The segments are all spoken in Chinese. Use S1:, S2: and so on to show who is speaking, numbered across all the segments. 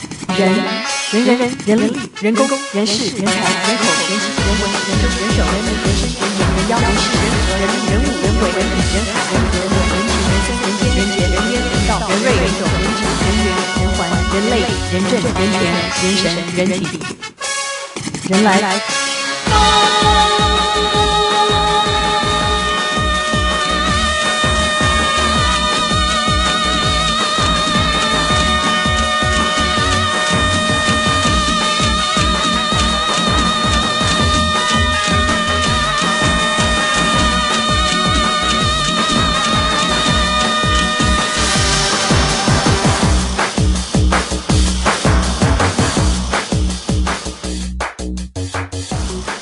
S1: 人人人人人力人工人事人才人口人情人文人政人手人民人身人眼人妖人事人和人人物人鬼人理人海人和人文人情人生人间人杰人烟人道人瑞人种人质人缘人环人类人政人权人神人体人来。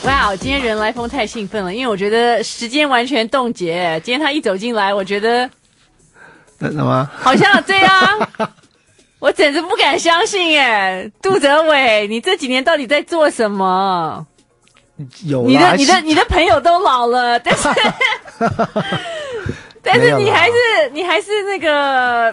S2: 哇哦，今天人来疯太兴奋了，因为我觉得时间完全冻结。今天他一走进来，我觉得
S3: 真的吗？
S2: 好像对啊，我简直不敢相信耶！杜哲伟，你这几年到底在做什么？
S3: 有
S2: 你
S3: 啦
S2: 的、你的、你的朋友都老 了，但是但
S3: 没
S2: 是
S3: 有
S2: 你
S3: 啦
S2: 还是你还是那个，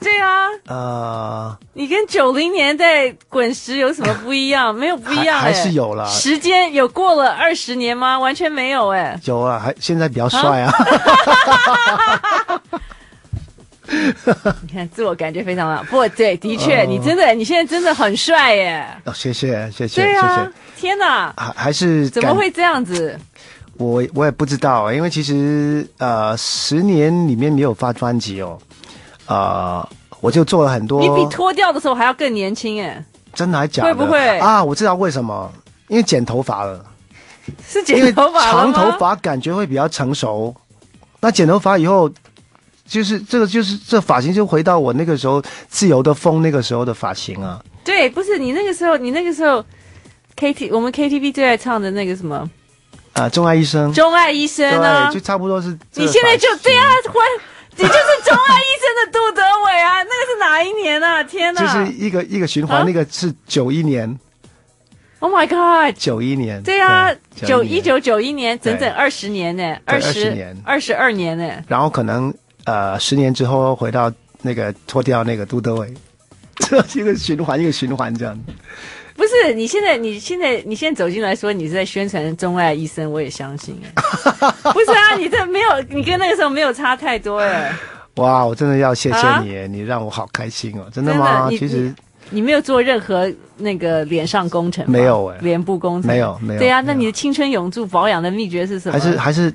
S2: 对啊，
S3: 呃，
S2: 你跟九零年代滚石有什么不一样？没有不一样哎耶，
S3: 还还是有啊啦
S2: 时间有过了二十年吗？完全没有哎。
S3: 有啊，还现在比较帅啊。
S2: 你看，自我感觉非常好。不对，的确，你真的，你现在真的很帅耶。
S3: 哦，谢谢谢谢、
S2: 对
S3: 谢
S2: 啊
S3: 谢，，
S2: 天哪，
S3: 还还是
S2: 怎么
S3: 感
S2: 会这样子？
S3: 我我也不知道，啊因为其实呃，十年里面没有发专辑哦，呃，我就做了很多。
S2: 你比脱掉的时候还要更年轻哎，
S3: 真的还假的？
S2: 会不会
S3: 啊？我知道为什么，因为剪头发了，
S2: 是
S3: 因为
S2: 剪头发了
S3: 长
S2: 吗
S3: 头发感觉会比较成熟。那剪头发以后，就是这个就是这发型就回到我那个时候自由的风那个时候的发型啊。
S2: 对，不是你那个时候，你那个时候 K T 我们 K T V 最爱唱的那个什么
S3: 啊、钟爱医生，
S2: 《钟爱医生》呢
S3: 对，就？差不多是这个发型。
S2: 你现在就对啊，还你就是《钟爱医生》的杜德伟啊，那 个是哪一年啊？天哪
S3: 就是一个一个循环，
S2: 啊
S3: 那个是九一年，
S2: ！Oh my god！
S3: 九一年。
S2: 对啊，九
S3: 91
S2: 一
S3: 年
S2: 九九一年，整
S3: 对
S2: 整二十年呢，
S3: 对
S2: 二十
S3: 20年
S2: 二十二年呢。
S3: 然后可能呃十年之后回到那个脱掉那个杜德伟， 这是一个循环一个循环这样。
S2: 不是，你现在你现在你现在走进来说你是在宣传钟爱医生，我也相信哎。 不是啊，你这没有，你跟那个时候没有差太多哎。
S3: 哇，我真的要谢谢
S2: 啊
S3: 你，你让我好开心哦！
S2: 真
S3: 真
S2: 的
S3: 的吗？
S2: 你
S3: 其实
S2: 你没有做任何那个脸上工程吗，
S3: 没有哎
S2: 脸部工程
S3: 没有没有
S2: 对啊，
S3: 没
S2: 那
S3: 有哎
S2: 你的青春永驻保养的秘诀是什么？
S3: 还是还是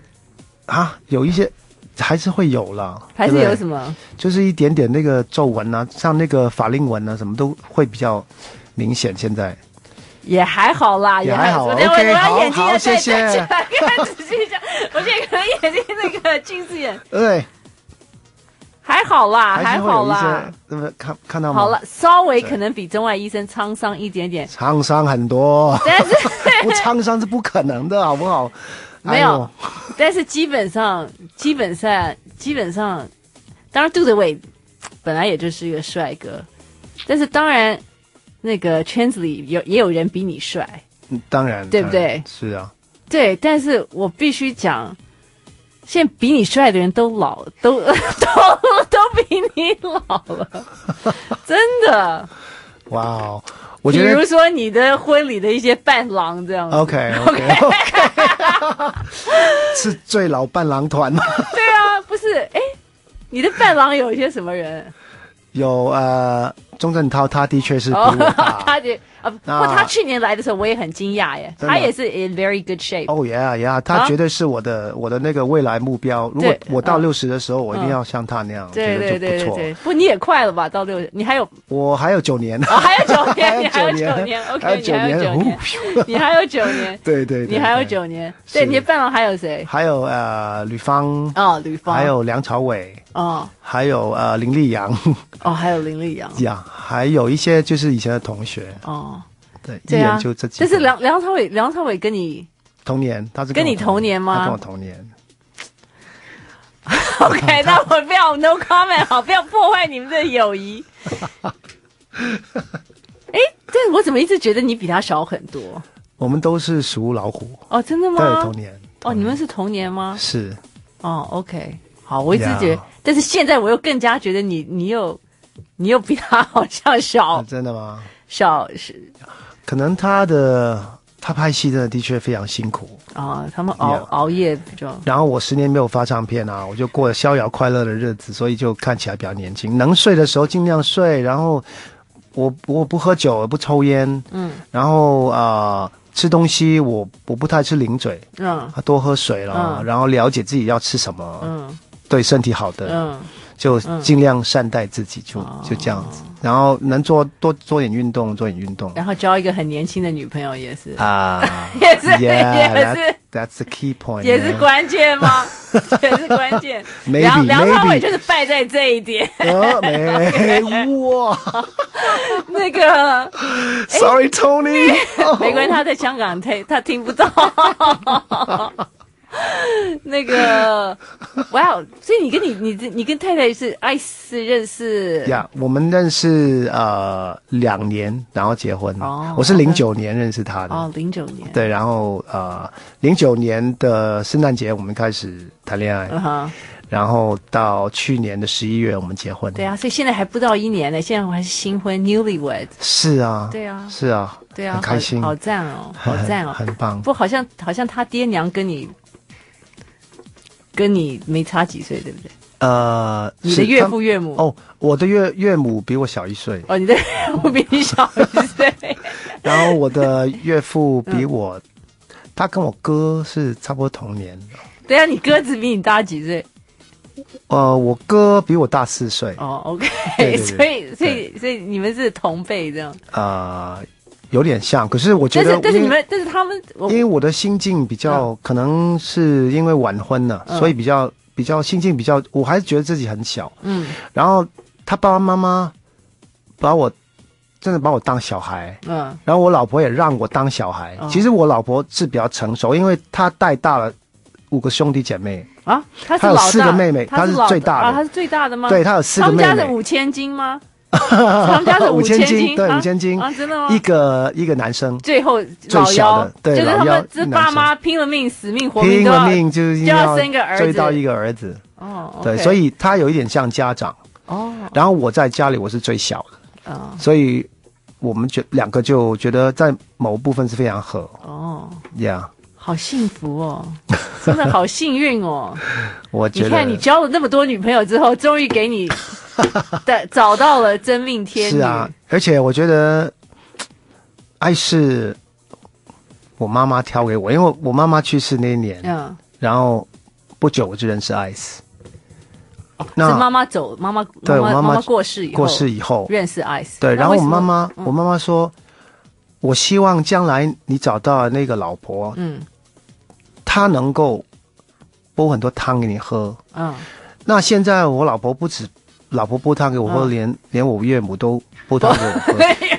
S3: 啊，有一些还是会有啦，
S2: 还是有
S3: 么，
S2: 什么？
S3: 就是一点点那个皱纹啊，像那个法令纹啊，什么都会比较明显。现在
S2: 也还好啦，
S3: 也还好啊
S2: 我等我
S3: OK，
S2: 我要
S3: 好
S2: 眼睛要
S3: 好
S2: 再
S3: 谢谢
S2: 再再看仔细一下， 我现在可能眼睛那个近视眼
S3: 对，
S2: 还好啦，
S3: 还
S2: 啊还
S3: 是会
S2: 好
S3: 有一
S2: 啦
S3: 些，，那么看看到吗？
S2: 好了，，稍微
S3: 对
S2: 可能比钟爱医生沧桑一点点，
S3: 沧桑很 多，
S2: 但是
S3: 不沧桑是不可能的，好不好？
S2: 没有
S3: 哎呦
S2: 但是基本上，基本上，基本上，当然杜德伟本来也就是一个帅哥，但是当然，那个圈子里有也有人比你帅，
S3: 嗯当然，
S2: 对不
S3: 当然
S2: 对？
S3: 是啊，
S2: 对。但是我必须讲，现在比你帅的人都老，都 都都比你老 了，真的。
S3: 哇哦，我
S2: 比
S3: 觉
S2: 如
S3: 得啊
S2: 说你的婚礼的一些伴郎这样子
S3: OK OK OK，是 最老伴郎团 吗？
S2: 对啊，不是哎。你的伴郎有一些什么人？
S3: 有呃，钟镇涛他的确是比我大。
S2: 他的啊，不
S3: 那
S2: 过他去年来的时候我也很惊讶耶，
S3: 真的
S2: 他也是 in very good shape。
S3: 哦耶耶，他绝对是我的、我的那个未来目标。如果
S2: 啊对
S3: 我到
S2: 嗯
S3: 六十的时候，我一
S2: 嗯
S3: 定要像他那样，我
S2: 对
S3: 觉
S2: 对
S3: 得
S2: 对
S3: 就不
S2: 对
S3: 错。
S2: 对，不你也快了吧？到六，你还有
S3: 我还有九年，
S2: 哦还有 九年， 你还有
S3: 九
S2: 九年
S3: 还
S2: ，OK，
S3: 有
S2: 你
S3: 九
S2: 还有九年，
S3: 年，哦
S2: 你还有九年，
S3: 对 对，对
S2: 你还有，
S3: 对
S2: 九年，对，
S3: 是
S2: 你的伴郎还有谁？
S3: 还有呃，吕方，
S2: 哦，吕方，
S3: 还有梁朝伟，
S2: 哦
S3: 还有呃，林丽阳
S2: 哦，还有林丽阳，
S3: 呀，还有一些就是以前的同学，
S2: 哦，
S3: 对，一
S2: 对啊
S3: 眼就这几个。
S2: 但是梁梁朝伟，梁朝伟跟你
S3: 同年，他是
S2: 跟
S3: 我
S2: 你同年吗
S3: 他跟我同年。
S2: OK，那我不要 no comment 好，不要破坏你们的友谊。哎，对我怎么一直觉得你比他少很多？
S3: 我们都是属老虎，
S2: 哦，真的
S3: 对，
S2: 吗
S3: 同？年。
S2: 哦，你们是童年吗？
S3: 是
S2: 哦，OK，好，我一直
S3: Yeah
S2: 觉得但是现在我又更加觉得你，你又你又比他好像
S3: 啊
S2: 小
S3: 真的吗？
S2: 小是
S3: 可能他的他拍戏真的的确非常辛苦。
S2: 啊，他们熬
S3: Yeah
S2: 熬夜这种
S3: 然后我十年没有发唱片啊，我就过了逍遥快乐的日子，所以就看起来比较年轻。能睡的时候尽量睡，然后我我不喝酒，我不抽烟，
S2: 嗯，
S3: 然后啊、呃吃东西我我不太吃零嘴，
S2: 嗯
S3: 啊多喝水啦，
S2: 嗯
S3: 然后了解自己要吃什么，
S2: 嗯
S3: 对身体好的，
S2: 嗯哦
S3: 就尽量善待自己，就、就这样子。然后能做多做点运动，做点运动。
S2: 然后交一个很年轻的女朋友也是
S3: 啊，
S2: 也是
S3: yeah,
S2: 也
S3: that,
S2: 是
S3: that's the key point，
S2: 也是
S3: man
S2: 关键 吗？也是关键。
S3: Maybe,
S2: 梁梁朝伟
S3: maybe
S2: 就是败在这一点。
S3: 呃，没 哇
S2: 那
S3: 哦
S2: 个哎
S3: ，Sorry Tony，
S2: 玫瑰他在香港，他他听不到。 那个，哇哦！所以你跟你你你跟太太是爱是认识
S3: 呀我们认识呃两年，然后结婚
S2: 哦。
S3: 我是零九年认识他的，
S2: 哦，零九年，
S3: 对，然后呃零九年的圣诞节我们开始谈恋爱，
S2: 嗯哼，
S3: 然后到去年的十一月我们结婚。
S2: 对啊，所以现在还不到一年呢，现在我还是新婚 newlywed，
S3: 是啊，
S2: 对啊
S3: 是啊，
S2: 对啊，
S3: 很开心，
S2: 好好赞哦，好赞哦，
S3: 很很棒。
S2: 不，好像好像他爹娘跟你跟你没差几岁，对不对？
S3: 呃，
S2: 你
S3: 是
S2: 的岳
S3: 他
S2: 父岳母
S3: 哦，我的岳岳母比我小一岁，
S2: 哦，你的岳母比你小一 岁，
S3: 然后我的岳父
S2: 嗯
S3: 比我，他跟我哥是差不多同年的。
S2: 对啊，你鸽子比你大几岁？
S3: 呃，我哥比我大四岁，
S2: 哦，OK，
S3: 对对对
S2: 所以所以所以你们是同辈这样，
S3: 啊，有点像。可是我觉
S2: 但
S3: 得
S2: 是，但是
S3: 因
S2: 你
S3: 为
S2: 们但是他们我
S3: 因为我的心境比较，可能是因为晚婚了，
S2: 嗯
S3: 所以比较比较心境比较，我还是觉得自己很小。
S2: 嗯
S3: 然后他爸爸妈妈把我真的把我当小孩，
S2: 嗯
S3: 然后我老婆也让我当小孩。
S2: 哦
S3: 其实我老婆是比较成熟，因为她带大了五个兄弟姐妹，
S2: 啊，他是
S3: 他有
S2: 老大，
S3: 四个妹妹
S2: 他
S3: 他是
S2: 老
S3: 最大的
S2: 啊，他是最大的吗？
S3: 对她有四个妹
S2: 他们家是
S3: 妹，
S2: 五千金 吗？他们家是
S3: 五
S2: 千
S3: 千斤，对
S2: 啊
S3: 五千斤，
S2: 啊，真的吗？
S3: 一个一个男生
S2: 最后
S3: 最
S2: 老
S3: 小
S2: 幺
S3: 的，对
S2: 就是他
S3: 老幺
S2: 们这
S3: 男
S2: 爸
S3: 生
S2: 妈拼了命、死命活
S3: 拼
S2: 都
S3: 了
S2: 要
S3: 命就是
S2: 就要生个儿子
S3: 追到一个儿子，
S2: 哦，
S3: 对，
S2: OK
S3: 所以他有一点像家长。
S2: 哦
S3: 然后我在家里我是最小的，
S2: 哦
S3: 所以我们觉两个就觉得在某部分是非常合
S2: 哦，
S3: ，Yeah，
S2: 好幸福哦，真的好幸运 哦！
S3: 我
S2: 你
S3: 觉得
S2: 看你交了那么多女朋友之后，终于给你 的找到了真命天女。
S3: 是啊，而且我觉得爱是我妈妈挑给我，因为我妈妈去世那一年，
S2: 嗯，
S3: 然后不久我就认识 Ice。
S2: 是妈妈走，妈妈
S3: 对我
S2: 妈
S3: 妈妈
S2: 过世以后，
S3: 过世以后，
S2: 认识 Ice。
S3: 对，
S2: 那
S3: 然后
S2: 为
S3: 我
S2: 什么嗯
S3: 妈妈，我妈妈说，我希望将来你找到那个老婆，
S2: 嗯
S3: 她能够煲很多汤给你喝。
S2: 嗯
S3: 那现在我老婆不止老婆煲汤给我喝，
S2: 嗯
S3: 连连我岳母都煲汤给我 喝，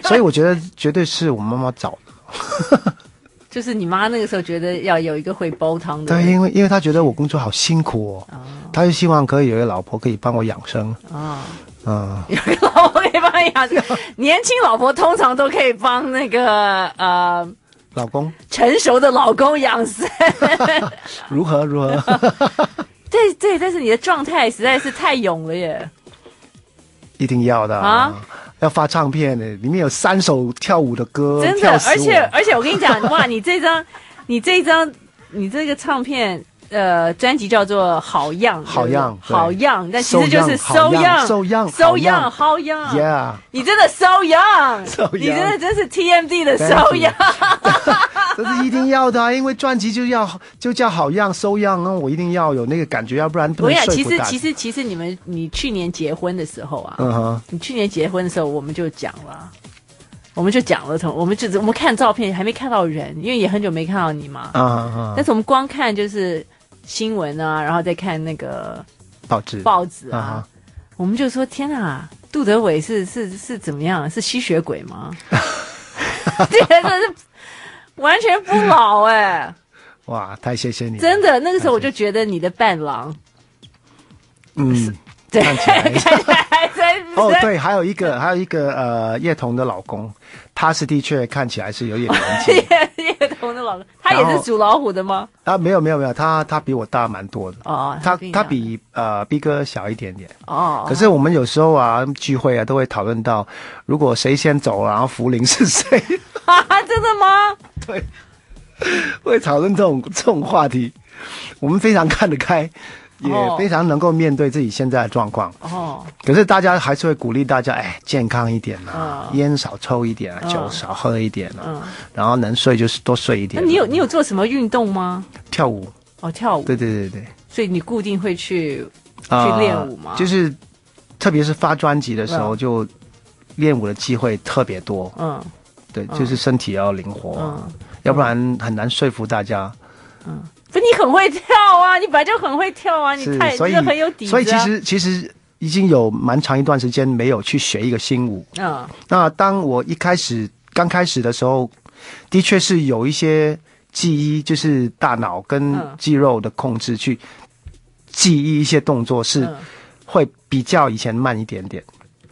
S3: 所以我觉得绝对是我妈妈找的。
S2: 就是你妈那个时候觉得要有一个会煲汤的
S3: 对，
S2: 人
S3: 因为因为她觉得我工作好辛苦哦，她就希望可以有一个老婆可以帮我养生。
S2: 啊，
S3: 嗯，
S2: 有个老婆可以帮你养这个。年轻老婆通常都可以帮那个呃
S3: 老公
S2: 成熟的老公养生。
S3: 如何如何？
S2: 对对，但是你的状态实在是太勇了耶！
S3: 一定要的
S2: 啊
S3: 啊！要发唱片的，里面有三首跳舞的歌，
S2: 真的
S3: 跳，呃死
S2: 而
S3: 我
S2: 且而且我跟你讲， 哇，你这张，你这张，你这个唱片，呃，专辑叫做《好样》，
S3: 好
S2: 对不对
S3: 样对
S2: 好样，但其实就是
S3: So
S2: so
S3: Young，
S2: young，so
S3: So Young，
S2: how young，
S3: ，Yeah，
S2: 你真的 so
S3: So
S2: young，你
S3: young
S2: 真的真是 TMD 的
S3: Thank
S2: so
S3: you
S2: young。
S3: 这是一定要的、啊，因为专辑就要就叫好样收样，那我一定要有那个感觉，要不然不
S2: 我跟你
S3: 能
S2: 讲，
S3: 说
S2: 其
S3: 服
S2: 实
S3: 大家
S2: 其实其实你们你去年结婚的时候啊，
S3: 嗯哼，
S2: 你去年结婚的时候我们就讲了，我们就讲了，从我们就我们看照片还没看到人，因为也很久没看到你嘛。
S3: 啊啊
S2: 但，是我们光看就是新闻啊，然后再看那个
S3: 报纸
S2: 报纸啊，
S3: 啊
S2: 我们就说天啊，杜德伟是是是怎么样？是吸血鬼吗？ 这个真是完全不老哎、
S3: 哈，哇，太谢谢你，
S2: 真，的。那个时候我就觉得你的伴郎
S3: 嗯，
S2: 对
S3: 看起来。
S2: 还在
S3: 哦，对，还有一个， 还有一个，呃，叶童的老公，他是的确看起来是有点年纪，
S2: 公的老公，他也
S3: 然
S2: 是
S3: 后
S2: 属老虎的吗？
S3: 啊，没有没有没有，他他比我大蛮多的，
S2: 哦，
S3: 他
S2: 你
S3: 他
S2: 大
S3: 比呃 B 哥小一点点。
S2: 哦，
S3: 可是我们有时候啊聚会啊都会讨论到，如果谁先走，然后福林是谁，
S2: 啊，真的吗？
S3: 对，会讨论这种 这种话题，我们非常看得开，
S2: 哦
S3: 也非常能够面对自己现在的状况。
S2: 哦，
S3: 可是大家还是会鼓励大家，哎，健康一点啊，
S2: 嗯
S3: 烟少抽一点啊，
S2: 嗯
S3: 酒少喝一点啊，
S2: 嗯
S3: 然后能睡就是多睡一
S2: 那
S3: 点、啊
S2: 你有你有做什么运动吗？
S3: 跳舞？
S2: 哦，跳舞，
S3: 对对对对，
S2: 所以你固定会去
S3: 啊
S2: 去练舞吗
S3: 就是特别是发专辑的时候，
S2: 嗯
S3: 就练舞的机会特别多。
S2: 嗯
S3: 对，就是身体要灵活啊、
S2: 嗯，
S3: 要不然很难说服大家。
S2: 不，你很会跳啊，你本来就很会跳啊，你
S3: 是
S2: 太，
S3: 所
S2: 你
S3: 以
S2: 就很有底子、啊。
S3: 所以其实其实已经有蛮长一段时间没有去学一个新舞。
S2: 嗯
S3: 那当我一开始刚开始的时候，的确是有一些记忆，就是大脑跟
S2: 嗯
S3: 肌肉的控制去记忆一些动作，是
S2: 嗯
S3: 会比较以前慢一点点。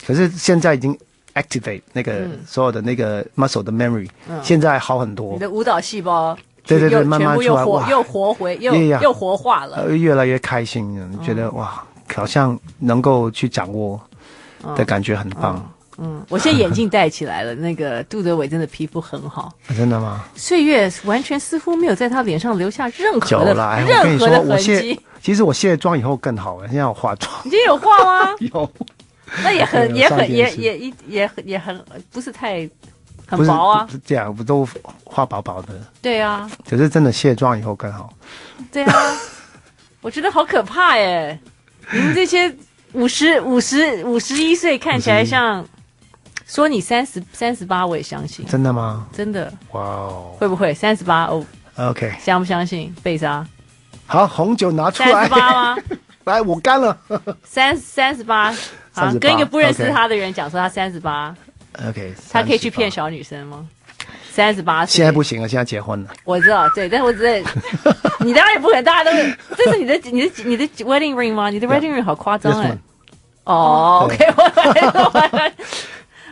S3: 可是现在已经 activate 那个
S2: 嗯
S3: 所有的那个 muscle 的 memory，、
S2: 嗯
S3: 现在好很
S2: 你
S3: 多，
S2: 的舞蹈细胞
S3: 对对对
S2: 又
S3: 慢慢
S2: 全部又
S3: 出来
S2: 活
S3: 哇
S2: 又活回又
S3: 哎呀
S2: 又活化了。
S3: 呃，越来越开心了，觉
S2: 嗯
S3: 得、哇，好像能够去掌握的感觉很棒，
S2: 嗯，我现在眼镜戴起来了。那个杜德伟真的皮肤很好，
S3: 啊真的吗？
S2: 岁月完全似乎没有在他脸上留下任
S3: 久
S2: 何的
S3: 了，哎我跟
S2: 任
S3: 你
S2: 何
S3: 说，
S2: 的
S3: 我
S2: 痕
S3: 卸
S2: 迹。，
S3: 其实我卸妆以后更好了，现在我化妆。？
S2: 你今 天有画吗
S3: 有，
S2: 那也很
S3: 对
S2: 也
S3: 有哎上
S2: 很也
S3: 电视
S2: 也一也很也很不是太
S3: 不
S2: 很
S3: 是
S2: 薄啊
S3: 不，是这样，不都化薄薄的，
S2: 对啊，
S3: 可是真的卸妆以后更好。
S2: 对 啊，我觉得好可怕耶！你们这些五十五十五十一岁看起来
S3: 51
S2: 像，说你三十三十八，我也相信，
S3: 真的吗？
S2: 真的
S3: 哇哦
S2: 会不会三十八？哦，
S3: ，OK，
S2: 相不相信贝莎？
S3: 好，红酒拿出
S2: 三
S3: 来
S2: 十， 八吗？
S3: 来，我干了。
S2: 三三十八，啊，
S3: 38
S2: 跟一个不认识
S3: OK
S2: 他的人讲说他三十八，
S3: OK，
S2: 他可以去骗
S3: 38。
S2: 小女生吗？三十八岁，
S3: 现在不行了，现在结婚了。
S2: 我知道，对，但我只 是，你当然也不可能，大家都是，这是你的你的你的 wedding ring 吗？你的 wedding ring 好夸张
S3: This
S2: 哎、
S3: one
S2: 哦、o k 我我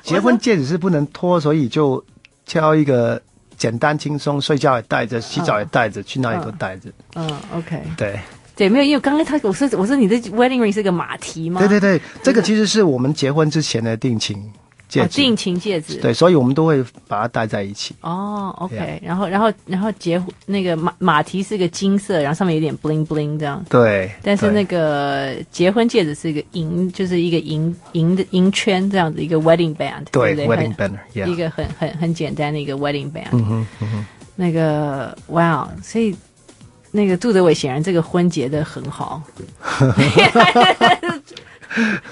S3: 结婚戒指是不能脱，所以就挑一个简单轻松，睡觉也带着，洗澡也带着，去哪里都带着。
S2: 嗯，OK，
S3: 对，
S2: 对，没有，因为刚刚他我说我说你的 wedding ring 是个马蹄吗？
S3: 对对对，这个其实是我们结婚之前的定情戒
S2: 哦，
S3: 指。
S2: 定情戒指。
S3: 对，所以我们都会把它戴在一起。
S2: 哦，OK，、
S3: Yeah
S2: 然后然后然后结婚那个马马蹄是个金色，然后上面有点 bling bling 这样，
S3: 对，
S2: 但是那
S3: 对
S2: 个结婚戒指是一个银，就是一个银银的银圈这样子，一个 wedding band，对
S3: 对
S2: 不
S3: wedding
S2: 很
S3: banner，yeah
S2: 一个很很很简单的一个 wedding band。
S3: 嗯哼嗯哼，
S2: 那个哇，哦所以那个杜德伟显然这个婚结的很好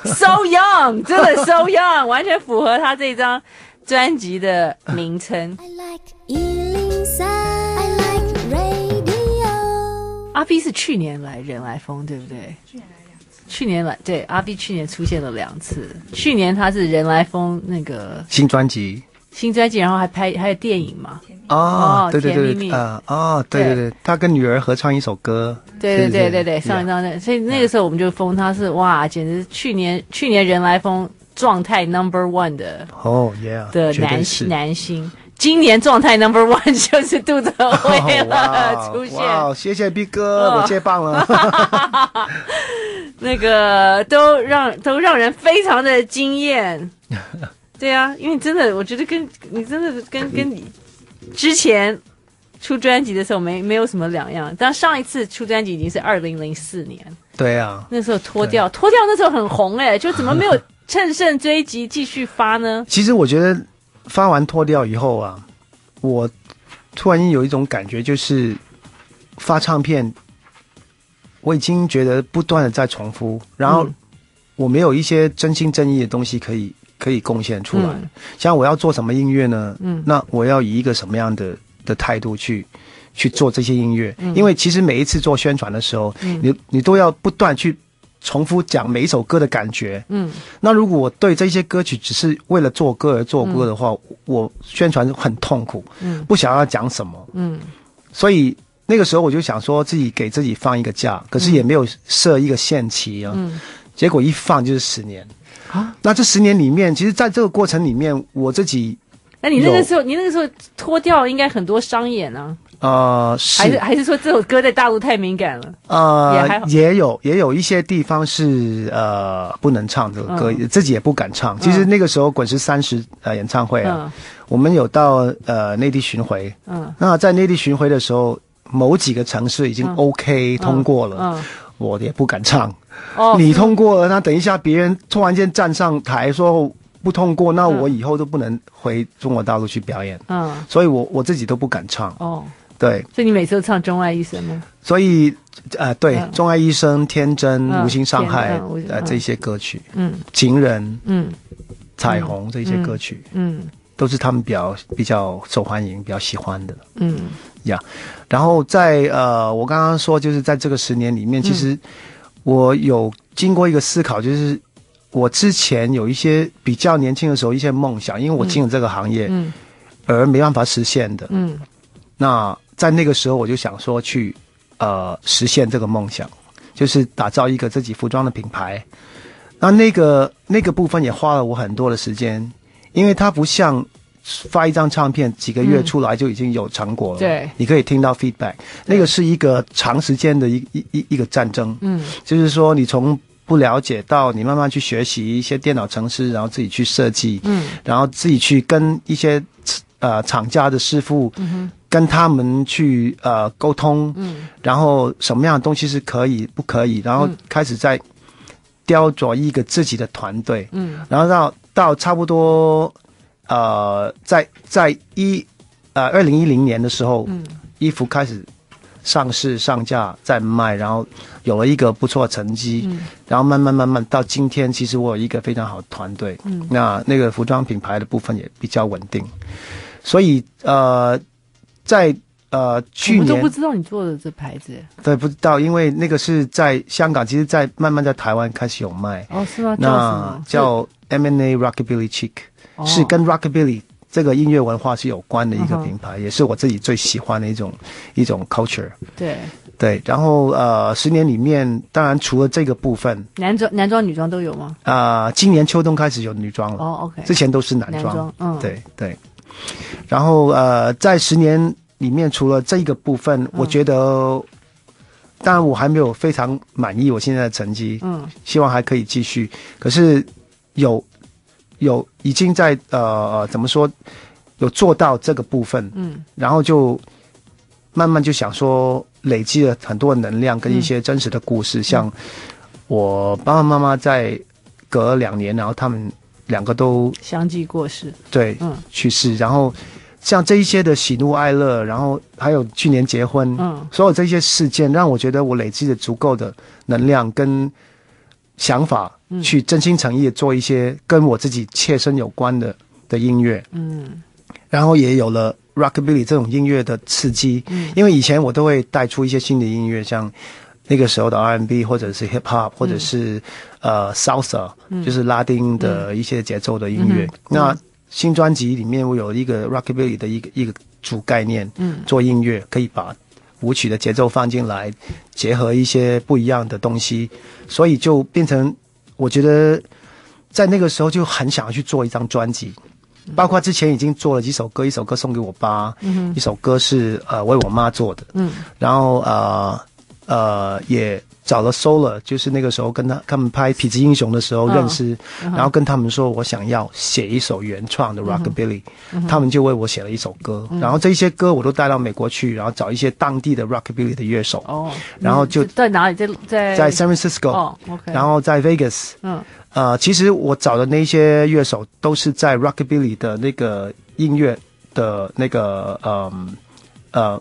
S2: ，so young，真的 so young，完全符合他这张专辑的名 称。
S4: I like Ealing Sound. I like radio.
S2: 阿 B 是去年来人来疯，对不对？去年来对阿 B 去年出现了两次，去年他是人来疯那个
S3: 新专辑
S2: 新专辑，然后还拍还有电影嘛，
S3: 哦对对
S2: 甜蜜
S3: 对
S2: 蜜
S3: 对，呃，哦，对对对，他跟女儿合唱一首歌，
S2: 对
S3: 是
S2: 对对
S3: 不是啊
S2: 对对，上一
S3: Yeah
S2: 张那，所以那个时候我们就封他是哇，简直去年去年人来疯状态 number one 的
S3: 哦，yeah，
S2: 的
S3: 绝
S2: 男
S3: 对是
S2: 男星，今年状态 number one 就是杜德伟
S3: 哦 哇
S2: 了，
S3: 哦
S2: 出现
S3: 哇哦，谢谢 B 哥，我接 棒了。
S2: 那个都让都让人非常的惊艳。 对啊，因为真的，我觉得跟你真的跟跟你之前出专辑的时候没没有什么两样，但上一次出专辑已经是二零零四年。
S3: 对啊，
S2: 那时候脱掉，脱掉那时候很红哎、就怎么没有 趁胜追击继续发呢？
S3: 其实我觉得发完脱掉以后啊，我突然有一种感觉，就是发唱片，我已经觉得不断的在重复，然后
S2: 嗯
S3: 我没有一些真心真意的东西可以可以贡献出来。
S2: 嗯
S3: 像我要做什么音乐呢？
S2: 嗯
S3: 那我要以一个什么样的的态度去去做这些音乐？
S2: 嗯
S3: 因为其实每一次做宣传的时候，你你都要不断去重复讲每一首歌的感觉。
S2: 嗯
S3: 那如果我对这些歌曲只是为了做歌而做歌的话，我宣传很痛苦，
S2: 嗯
S3: 不想要讲什么，
S2: 嗯
S3: 所以。那个时候我就想说自己给自己放一个假，可是也没有设一个限期啊，
S2: 嗯
S3: 结果一放就是十年
S2: 啊。
S3: 那这十年里面，其实在这个过程里面，我自己
S2: 那哎你那
S3: 有
S2: 个时候，你那个时候脱掉应该很多商演啊，
S3: 呃，
S2: 还是
S3: 是
S2: 还是说这首歌在大陆太敏感了？也还
S3: 呃
S2: 好
S3: 也有也有一些地方是呃不能唱这个歌，
S2: 嗯
S3: 自己也不敢唱。其实那个时候滚石三十呃演唱会
S2: 嗯
S3: 啊，我们有到呃内地巡回，
S2: 嗯
S3: 那在内地巡回的时候，某几个城市已经
S2: 嗯
S3: OK 通过了，
S2: 嗯，
S3: 我也不敢唱。
S2: 哦，
S3: 你通过了，那等一下别人突然间站上台说不通过，那我以后都不能回中国大陆去表演，
S2: 嗯
S3: 所以我我自己都不敢唱。
S2: 哦，
S3: 对，
S2: 所以你每次都唱《钟爱医生》吗？
S3: 所以呃，对，
S2: 嗯
S3: 钟爱医生》《天真》
S2: 嗯
S3: 无心伤害》
S2: 天真无心
S3: 呃
S2: 嗯
S3: 这些歌曲，
S2: 嗯
S3: 《情人》
S2: 嗯
S3: 《彩虹》这些歌曲、
S2: 嗯
S3: 都是他们比较比较受欢迎、比较喜欢的。
S2: 嗯
S3: 然后在呃，我刚刚说就是在这个十年里面，其实我有经过一个思考，就是我之前有一些比较年轻的时候一些梦想，因为我进入这个行业、
S2: 嗯
S3: 而没办法实现的。
S2: 嗯
S3: 那在那个时候，我就想说去呃实现这个梦想，就是打造一个自己服装的品牌。那那个那个部分也花了我很多的时间，因为它不像发一张唱片几个月
S2: 嗯
S3: 出来就已经有成果了，
S2: 对
S3: 你可以听到 feedback，那个是一个长时间的一一一一个战争，
S2: 嗯
S3: 就是说你从不了解到你慢慢去学习一些电脑程式，然后自己去设计，
S2: 嗯
S3: 然后自己去跟一些呃厂家的师傅，
S2: 嗯
S3: 跟他们去呃沟通，
S2: 嗯
S3: 然后什么样的东西是可以不可以，然后
S2: 嗯
S3: 开始在雕琢一个自己的团队，
S2: 嗯
S3: 然后到到差不多呃在在一呃二零一零年的时候，
S2: 嗯
S3: 衣服开始上市上架再卖，然后有了一个不错的成绩，
S2: 嗯
S3: 然后慢慢慢慢到今天，其实我有一个非常好的团队，
S2: 嗯
S3: 那那个服装品牌的部分也比较稳定，所以呃，在呃去
S2: 我都不
S3: 年
S2: 知道你做的这牌子
S3: 对不知道，因为那个是在香港，其实在慢慢在台湾开始有卖，
S2: 哦，是吗？叫什
S3: 那
S2: 么？
S3: 叫 M N A Rockabilly Chic，、
S2: 哦
S3: 是跟 Rockabilly 这个音乐文化是有关的一个
S2: 嗯哼
S3: 品牌，也是我自己最喜欢的一种一种 culture。
S2: 对
S3: 对，然后呃，十年里面，当然除了这个部分，
S2: 男装、男装、女装都有吗？
S3: 啊，今年秋冬开始有女装了，
S2: 哦，OK，
S3: 之前都是男
S2: 男
S3: 装。
S2: 装，嗯，，
S3: 对对。然后呃，在十年里面，除了这一个部分，
S2: 嗯
S3: 我觉得，当然我还没有非常满意我现在的成绩，
S2: 嗯
S3: 希望还可以继续。可是有有已经在呃呃怎么说，有做到这个部分，
S2: 嗯
S3: 然后就慢慢就想说，累积了很多能量
S2: 嗯
S3: 跟一些真实的故事，像我爸爸妈妈在隔两年，然后他们两个都
S2: 相继过世，
S3: 对
S2: 嗯
S3: 去世，然后像这一些的喜怒哀乐，然后还有去年结婚，
S2: 嗯
S3: 所有这些事件让我觉得我累积了足够的能量跟想法，
S2: 嗯
S3: 去真心诚意的做一些跟我自己切身有关的的音乐，
S2: 嗯
S3: 然后也有了 rockabilly 这种音乐的刺激，
S2: 嗯
S3: 因为以前我都会带出一些新的音乐，像那个时候的 R&B 或者是 hip
S2: 嗯
S3: hop 或者是、呃 salsa，、就是拉丁的一些节奏的音乐。
S2: 嗯哼
S3: 那新专辑里面我有一个 rockabilly 的一个一个主概念，
S2: 嗯
S3: 做音乐可以把舞曲的节奏放进来，结合一些不一样的东西，所以就变成我觉得在那个时候就很想要去做一张专辑。包括之前已经做了几首歌，一首歌送给我爸，
S2: 嗯
S3: 一首歌是呃为我妈做的，
S2: 嗯
S3: 然后呃呃也找了 Solar，就是那个时候跟他他们拍《痞子英雄》的时候
S2: 嗯嗯
S3: 认识，然后跟他们说我想要写一首原创的 Rockabilly，、他们就为我写了一首歌，然后这些歌我都带到美国去，然后找一些当地的 Rockabilly 的乐手，
S2: 哦，
S3: 然后就
S2: 嗯在哪里？在在
S3: 在 San Francisco，、
S2: 哦，OK，
S3: 然后在 Vegas，
S2: 嗯
S3: 呃，其实我找的那些乐手都是在 rockabilly 的那个音乐的那个嗯呃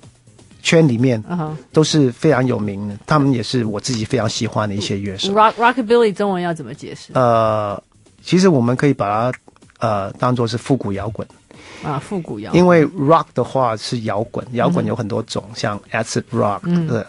S3: 圈里面
S2: 嗯哼
S3: 都是非常有名的，他们也是我自己非常喜欢的一些乐手。
S2: ，rock rockabilly 中文要怎么解释
S3: 呃，其实我们可以把它呃当做是复古摇滚，
S2: 啊？复古摇，
S3: 因为 rock 的话是摇滚，
S2: 嗯
S3: 摇滚有很多种，像 acid rock、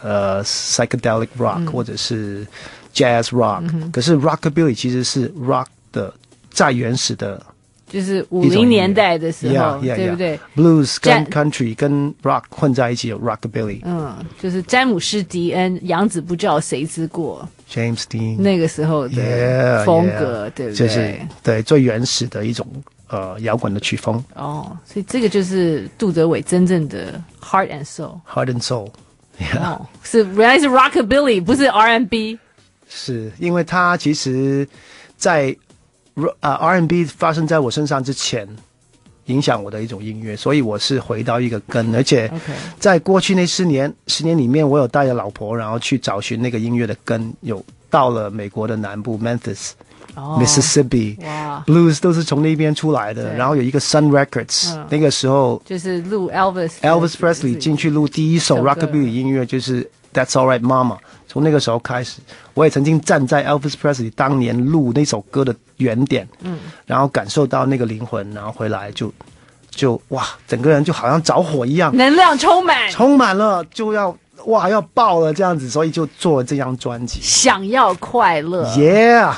S3: 呃 psychedelic rock、或
S2: 嗯
S3: 者是 jazz rock，、可是 rockabilly 其实是 rock 的再原始的。
S2: 就是五零年代的时候，
S3: Yeah, yeah,
S2: 对不对
S3: yeah.？Blues 跟
S2: Jazz-
S3: country 跟 rock 混在一起有 rockabilly、
S2: 嗯，就是詹姆士迪恩“养子不教谁之过
S3: James Dean
S2: 那个时候
S3: yeah,
S2: 的风格
S3: yeah，
S2: 对不对？
S3: 就是对最原始的一种呃摇滚的曲风
S2: 哦，所以这个就是杜德伟真正的 heart and soul。
S3: ，Hard and Soul。
S2: 哦，是原来是 rockabilly，不是 R&B。
S3: 是因为它其实在 R 啊 R&B 发生在我身上之前，影响我的一种音乐，所以我是回到一个根，而且
S2: OK，
S3: 在过去那十年十年里面，我有带着老婆，然后去找寻那个音乐的根，有到了美国的南部 Memphis、
S2: 哦
S3: Mississippi。
S2: 哇，
S3: Blues 都是从那边出来的，
S2: 对
S3: 然后有一个 Sun Records，、
S2: 嗯
S3: 那个时候
S2: 就是录 Elvis 的
S3: Elvis Presley 进去录第一首
S2: 首歌
S3: Rockabilly 音乐就是 That's Alright Mama。从那个时候开始，我也曾经站在 Elvis Presley 当年录那首歌的原点，嗯，然后感受到那个灵魂，然后回来就就哇，整个人就好像着火一样，
S2: 能量充满，
S3: 充满了就要哇要爆了这样子，所以就做了这张专辑。
S2: 想要快乐。
S3: Yeah，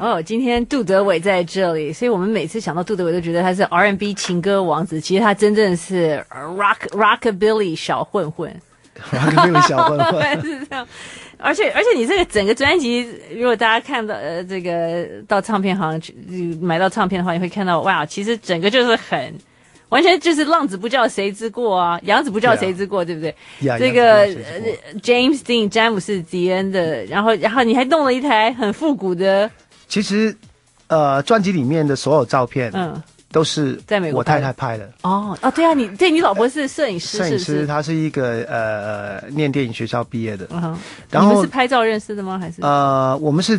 S2: 哦，今天杜德伟在这里，所以我们每次想到杜德伟都觉得他是 R&B 情歌王子，其实他真正是 rock rockabilly 小混混。
S3: Rockabilly 小混混，
S2: 是这样。而且而且你这个整个专辑，如果大家看到呃这个到唱片行去呃买到唱片的话，你会看到哇，其实整个就是很完全就是浪子不叫谁之过啊，养子不叫谁之过，对不对？
S3: 呀
S2: 这
S3: 呀
S2: 个
S3: 不知道谁是谁
S2: 呃 James Dean 詹姆斯迪恩的，然后然后你还弄了一台很复古的，
S3: 其实呃，专辑里面的所有照片，
S2: 嗯，
S3: 都是
S2: 在美国
S3: 我
S2: 拍
S3: 太
S2: 的
S3: 太拍的。
S2: 哦哦，对啊，你对你老婆是摄影师，
S3: 摄
S2: 是
S3: 影
S2: 不是
S3: 师，？他是一个呃念电影学校毕业的，
S2: 嗯哼，
S3: 然
S2: 你们
S3: 后
S2: 是拍照认识的吗？还是
S3: 呃，我们是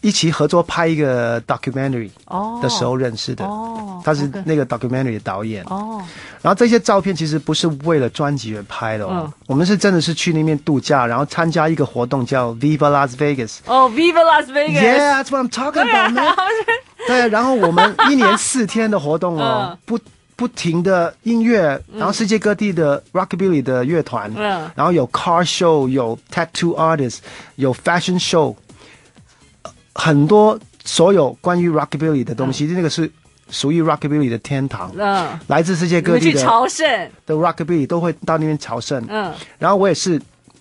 S3: 一起合作拍一个 documentary
S2: 哦
S3: 的时候认识的，
S2: 哦，
S3: 他是
S2: OK
S3: 那个 documentary 的导演。
S2: 哦
S3: 然后这些照片其实不是为了专辑而拍的、哦，
S2: 嗯
S3: 我们是真的是去那边度假，然后参加一个活动叫 Viva Las Vegas。
S2: 哦，Viva Las Vegas。
S3: Yeah, that's what I'm talking about, man.
S2: 啊
S3: 对，然后我们一年四天的活动哦，
S2: 嗯
S3: 不不停的音乐，然后世界各地的 rockabilly 的乐团，
S2: 嗯
S3: 然后有 car show，有 tattoo artist，有 fashion show，呃很多所有关于 rockabilly 的东西，那个是属于 rockabilly 的天堂，
S2: 嗯，
S3: 来自世界
S2: 你
S3: 各
S2: 们
S3: 地
S2: 去
S3: 的
S2: 朝圣，
S3: 的 rockabilly 都会到那边朝圣，
S2: 嗯，
S3: 然后我也是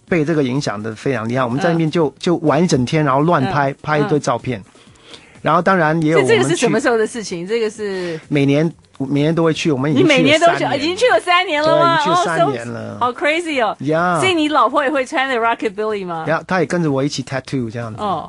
S3: 被这个影响的非常厉害，我们在那边
S2: 嗯
S3: 就、就玩一整天，然后乱拍、拍一堆照片，然后当然也有
S2: 这嗯
S3: 我
S2: 这
S3: 们
S2: 个是
S3: 去
S2: 什么时候的事情？这个是
S3: 每年每年都会去，我们已
S2: 你
S3: 经
S2: 每
S3: 去
S2: 年
S3: 了
S2: 都
S3: 三
S2: 去，哦
S3: 年
S2: 已经去了三年了
S3: 对
S2: 吗？
S3: 已经去
S2: 哦
S3: 三
S2: so-
S3: 年了
S2: 好 crazy 哦！
S3: 呀
S2: 所以你老婆也会穿的 rockabilly 吗？
S3: 然后他也跟着我一起 tattoo 这样子，
S2: 哦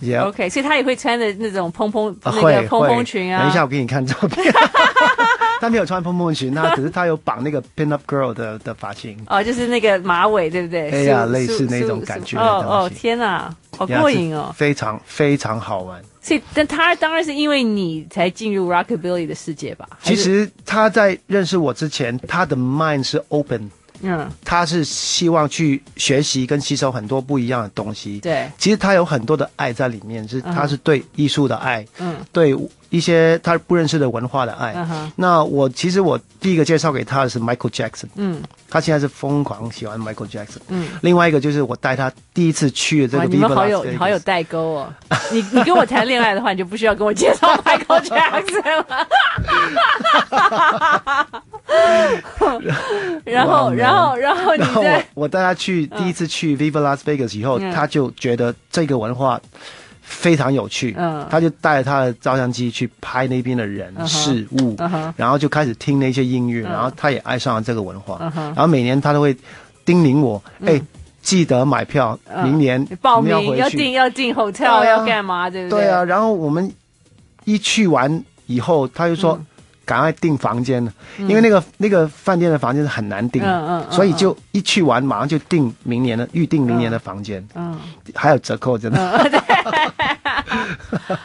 S3: 也、yeah,
S2: ，OK，所以她也会穿的那种蓬蓬那
S3: 啊会
S2: 个
S3: 会。
S2: 蓬蓬裙啊。
S3: 等一下我给你看照片， 他没有穿蓬蓬裙，他只是他有绑那个 pin up girl 的的发型。
S2: 哦，就是那个马尾，对不对？
S3: 哎呀
S2: 梳
S3: 类似
S2: 梳
S3: 那种
S2: 梳
S3: 感觉
S2: 梳
S3: 的
S2: 哦
S3: 东
S2: 哦，
S3: 西
S2: 天哪，好过瘾哦
S3: 是！非常非常好玩。
S2: 所以，但她当然是因为你才进入 rockabilly 的世界吧？还
S3: 其
S2: 是，
S3: 实他在认识我之前，他的 mind 是 open，
S2: 嗯，
S3: 他是希望去学习跟吸收很多不一样的东西。
S2: 对，
S3: 其实他有很多的爱在里面，是他是对艺术的爱，
S2: 嗯，
S3: 对一些他不认识的文化的爱。
S2: 嗯哼
S3: 那我其实我第一个介绍给他的是 Michael Jackson，
S2: 嗯，
S3: 他现在是疯狂喜欢 Michael Jackson，
S2: 嗯。
S3: 另外一个就是我带他第一次去的这
S2: 哇，
S3: 个
S2: 你
S3: Viva
S2: 们好
S3: Las
S2: 有
S3: Vegas
S2: 好有代沟哦！你你跟我谈恋爱的话，你就不需要跟我介绍 Michael Jackson 了。然后，然后，然后你
S3: 然后我
S2: 在
S3: 我带他去第一次去 Viva Las Vegas 以后，
S2: 嗯
S3: 他就觉得这个文化非常有趣，
S2: 嗯
S3: 他就带着他的照相机去拍那边的人、
S2: 嗯哼
S3: 事物，
S2: 嗯哼
S3: 然后就开始听那些音乐，
S2: 嗯
S3: 然后他也爱上了这个文化，
S2: 嗯哼
S3: 然后每年他都会叮咛我，哎、记得买票，
S2: 嗯
S3: 明年
S2: 报
S3: 你
S2: 名
S3: 要
S2: 要
S3: 回去
S2: 订，要订 hotel，、
S3: 对啊
S2: 要干嘛，对不
S3: 对啊，，然后我们一去完以后，他就
S2: 嗯
S3: 说。赶快订房间了，因为那个那个饭店的房间是很难订的，
S2: 嗯嗯嗯
S3: 所以就一去完马上就订明年的预定明年的房间，
S2: 嗯，
S3: 还有折扣，真的。所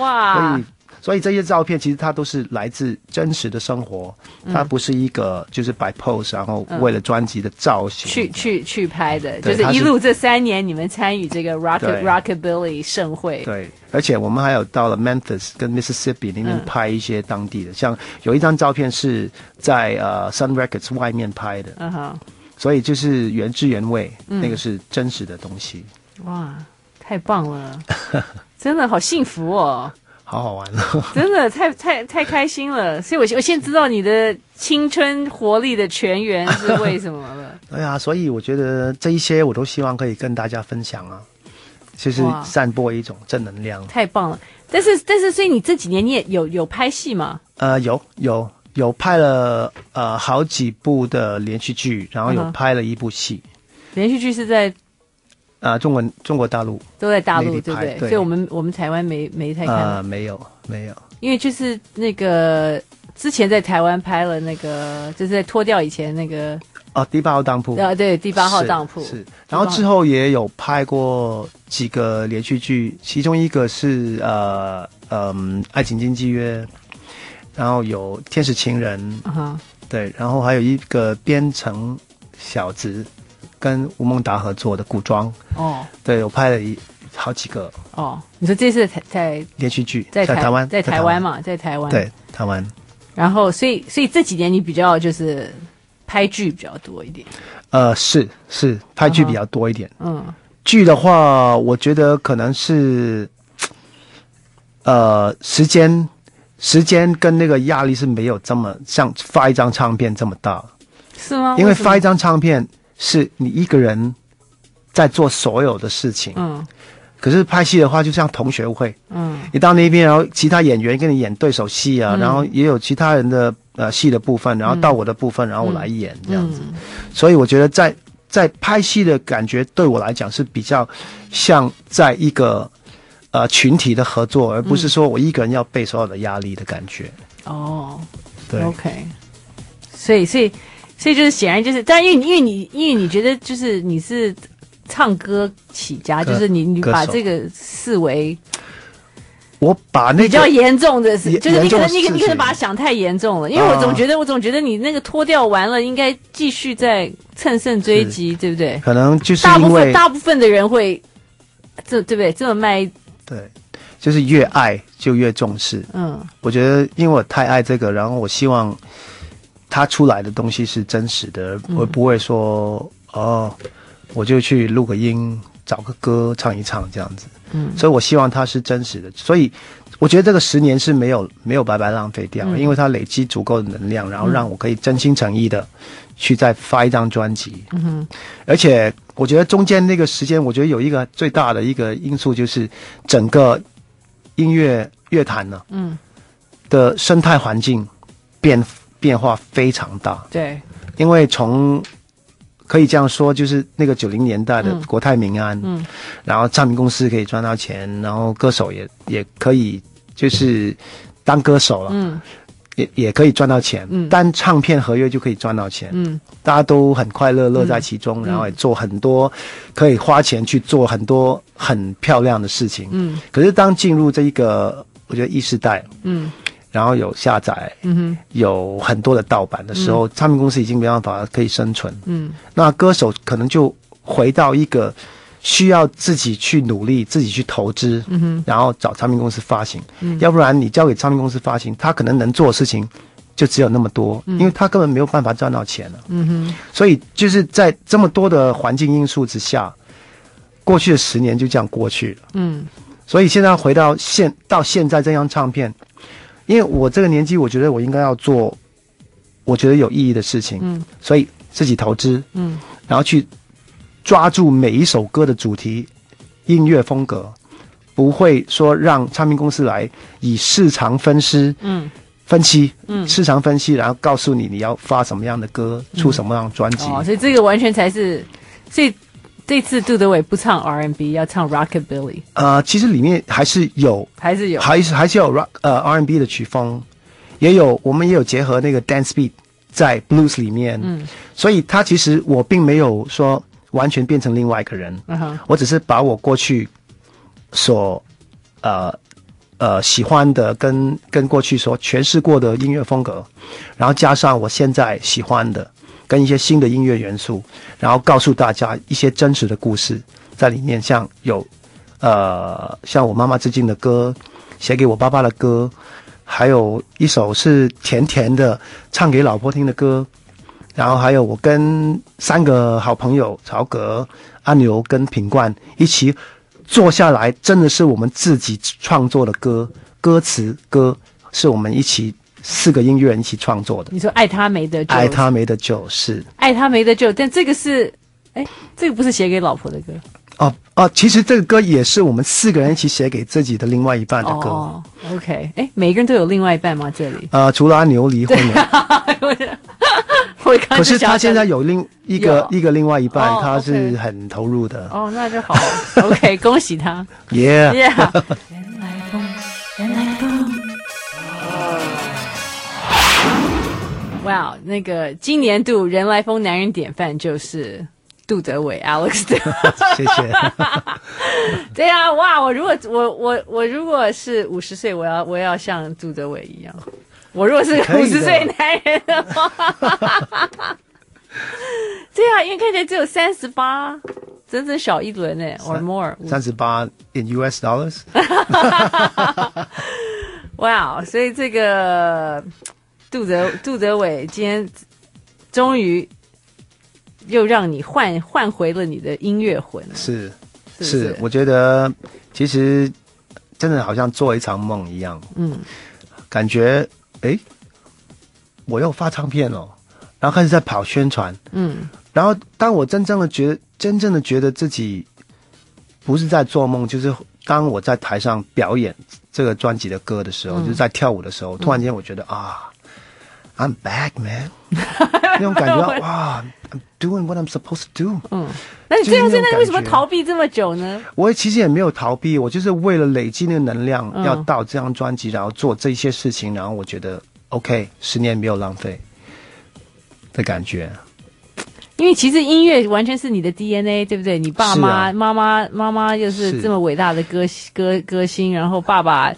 S2: 哇
S3: 以，所以这些照片其实它都是来自真实的生活，
S2: 嗯
S3: 它不是一个就是摆 pose，然后为了专辑的造型。
S2: 去去去拍的，就
S3: 对
S2: 是
S3: 他
S2: 一
S3: 是
S2: 路这三年你们参与这个 rock
S3: 对
S2: rockabilly 盛会，
S3: 对，而且我们还有到了 Memphis 跟 Mississippi 那边
S2: 嗯
S3: 拍一些当地的，像有一张照片是在呃 Sun Records 外面拍的，
S2: 嗯哼，
S3: 所以就是原汁原味，
S2: 嗯
S3: 那个是真实的东西，
S2: 哇，太棒了， 真的好幸福哦。
S3: 好好玩哦。
S2: 真的太太太开心了，所以我现我现在知道你的青春活力的泉源是 为什么了。
S3: 对啊，所以我觉得这一些我都希望可以跟大家分享啊。就是
S2: 哇
S3: 散播一种正能量。
S2: 太棒了。但是但是，所以你这几年你也有有拍戏嘛？
S3: 呃，有有有拍了呃好几部的连续剧，然后
S2: 嗯
S3: 有
S2: 哼
S3: 拍了一部戏，
S2: 连续剧是在
S3: 啊、中文中国大陆
S2: 都在大陆，
S3: 内地
S2: 对不
S3: 拍
S2: 对？
S3: 对
S2: 所以我们我们台湾没没太看到，
S3: 啊没有没有，
S2: 因为就是那个之前在台湾拍了那个，就是在脱掉以前那个
S3: 哦，第八号当铺。
S2: 啊，对，第
S3: 第
S2: 八号当铺
S3: 是，然后之后也有拍过几个连续剧，其中一个是呃嗯、爱情经纪约》，然后有《天使情人》，
S2: 啊，
S3: 对，然后还有一个《边城小子》，跟吴孟达合作的古装，
S2: 哦
S3: 对我拍了一好几个
S2: 哦，你说这次在在
S3: 连续剧，
S2: 在
S3: 台湾，
S2: 在台湾，嘛，在台湾，
S3: 对，台湾。
S2: 然后，所以所以这几年你比较就是拍剧比较多一点，
S3: 呃，是是，拍剧
S2: 嗯哼
S3: 比较多一点。
S2: 嗯
S3: 剧的话，我觉得可能是，呃，时间，时间跟那个压力是没有这么像发一张唱片这么大，
S2: 是吗？
S3: 因为
S2: 啊什么
S3: 发一张唱片是你一个人在做所有的事情，
S2: 嗯
S3: 可是拍戏的话，就像同学会，
S2: 嗯
S3: 你到那边，然后其他演员跟你演对手戏啊，
S2: 嗯
S3: 然后也有其他人的呃戏的部分，然后
S2: 嗯
S3: 到我的部分，然后我来演这样子。
S2: 嗯
S3: 所以我觉得在在拍戏的感觉对我来讲是比较像在一个呃群体的合作，而不是说我一个人要背所有的压力的感觉。
S2: 哦
S3: 对，
S2: ，OK，所以所以所以就是显然就是，但因为你因为你因为你觉得就是你是唱歌起家，
S3: 歌
S2: 就是你你
S3: 歌手
S2: 把这个视为
S3: 我把那
S2: 比较
S3: 个
S2: 严重的事，
S3: 严
S2: 就是你可
S3: 严重的
S2: 能你可
S3: 事
S2: 你可能
S3: 情啊
S2: 把它想太严重了，因为我总觉得、我总觉得你那个脱掉完了，应该继续再乘胜追
S3: 是
S2: 击，对不对？
S3: 可能就是
S2: 大部
S3: 因
S2: 分
S3: 为
S2: 大部分的人会，这对不对？这么卖，
S3: 对，就是越爱就越重视。
S2: 嗯
S3: 我觉得因为我太爱这个，然后我希望它出来的东西是真实的，
S2: 嗯
S3: 我不会说、哦，我就去录个音，找个歌唱一唱这样子。
S2: 嗯，
S3: 所以我希望它是真实的，所以我觉得这个十年是没有没有白白浪费
S2: 嗯
S3: 掉，因为它累积足够的能量，然后让我可以真心诚意的去再发一张专辑。嗯
S2: 哼，
S3: 而且我觉得中间那个时间，我觉得有一个最大的一个因素就是整个音乐乐坛呢，
S2: 嗯，
S3: 的生态环境变变化非常大，
S2: 对，
S3: 因为从可以这样说，就是那个九零年代的
S2: 嗯
S3: 国泰民安，
S2: 嗯
S3: 然后唱片公司可以赚到钱，然后歌手也也可以就是当歌手了，
S2: 嗯
S3: 也也可以赚到钱，
S2: 嗯
S3: 单唱片合约就可以赚到钱，
S2: 嗯
S3: 大家都很快乐，乐在其中，然后也做很多可以花钱去做很多很漂亮的事情。
S2: 嗯
S3: 可是当进入这一个我觉得意识代，
S2: 嗯
S3: 然后有下载，
S2: 嗯哼
S3: 有很多的盗版的时候，唱片公司已经没办法可以生存，
S2: 嗯
S3: 那歌手可能就回到一个需要自己去努力、自己去投资，
S2: 嗯哼嗯
S3: 然后找唱片公司发行。要不然你交给唱片公司发行，他可能能做的事情就只有那么多，因为他根本没有办法赚到钱了、
S2: 嗯哼，
S3: 所以就是在这么多的环境因素之下，过去的十年就这样过去了。
S2: 嗯
S3: 所以现在回到现到现在这张唱片，因为我这个年纪，我觉得我应该要做我觉得有意义的事情，
S2: 嗯
S3: 所以自己投资，
S2: 嗯
S3: 然后去抓住每一首歌的主题、音乐风格，不会说让唱片公司来以市场分析、
S2: 嗯，
S3: 分析、
S2: 嗯
S3: 市场分析，然后告诉你你要发什么样的歌、出什么样的专辑。
S2: 哦，所以这个完全才是，所以这次杜德伟不唱 R&B，要唱 Rockabilly，
S3: 呃，其实里面还是有，
S2: 还是有，
S3: 还是还是有 rock 呃 R&B 的曲风，也有我们也有结合那个 dance beat 在 blues 里面，
S2: 嗯
S3: 所以它其实我并没有说完全变成另外一个人，
S2: 嗯哼，
S3: 我只是把我过去所呃呃喜欢的跟跟过去所诠释过的音乐风格，然后加上我现在喜欢的跟一些新的音乐元素，然后告诉大家一些真实的故事在里面，像有呃像我妈妈致敬的歌，写给我爸爸的歌。还有一首是甜甜的唱给老婆听的歌，然后还有我跟三个好朋友曹格、阿牛跟品冠一起坐下来，真的是我们自己创作的歌，歌词歌是我们一起四个音乐人一起创作的。
S2: 你说爱他没得救，
S3: 爱他没得救是
S2: 爱他没得救，但这个是，哎，这个不是写给老婆的歌，
S3: 哦哦，其实这个歌也是我们四个人一起写给自己的另外一半的歌。，
S2: 哦哦，OK，哎，每个人都有另外一半吗？这里
S3: 呃，除了阿牛离婚了，
S2: 我 刚
S3: 可是他现在
S2: 有
S3: 有另一个
S2: 有
S3: 一个另外一半，
S2: 哦
S3: 他
S2: OK
S3: 是很投入的。
S2: 哦，那就好，OK，恭喜他
S3: 耶、
S2: ，Yeah，哇，那个今年度人来疯男人典范就是杜德伟 Alex 的。
S3: 谢谢。
S2: 对啊，哇！我如果我我我如果是五十岁，我要我要像杜德伟一样。我如果是
S3: 可
S2: 五
S3: 以的
S2: 十岁男人的话， 对啊，因为看起来只有三十八，整整小一轮呢，or more。
S3: 三十八 in US dollars，
S2: 哇所以这个杜德杜德伟今天终于又让你换换回了你的音乐魂了，
S3: 是
S2: 是不
S3: 是，我觉得其实真的好像做一场梦一样，
S2: 嗯，
S3: 感觉诶，我又发唱片哦，然后开始在跑宣传，
S2: 嗯
S3: 然后当我真正的觉真正的觉得自己不是在做梦，就是当我在台上表演这个专辑的歌的时候，就是在跳舞的时候，突然间我觉得啊，I'm back man，那种感觉哇，I'm doing what I'm supposed to do。
S2: 嗯。那你最后
S3: 就是
S2: 现
S3: 那种
S2: 在为什么
S3: 感觉
S2: 逃避这么久呢？
S3: 我其实也没有逃避，我就是为了累积那个能量，
S2: 嗯
S3: 要到这张专辑，然后做这些事情，然后我觉得 OK，十年没有浪费的感觉。
S2: 因为其实音乐完全是你的 DNA，对不对？你爸妈、
S3: 是啊
S2: 妈妈、妈妈又是
S3: 是
S2: 这么伟大的歌歌歌星，然后爸爸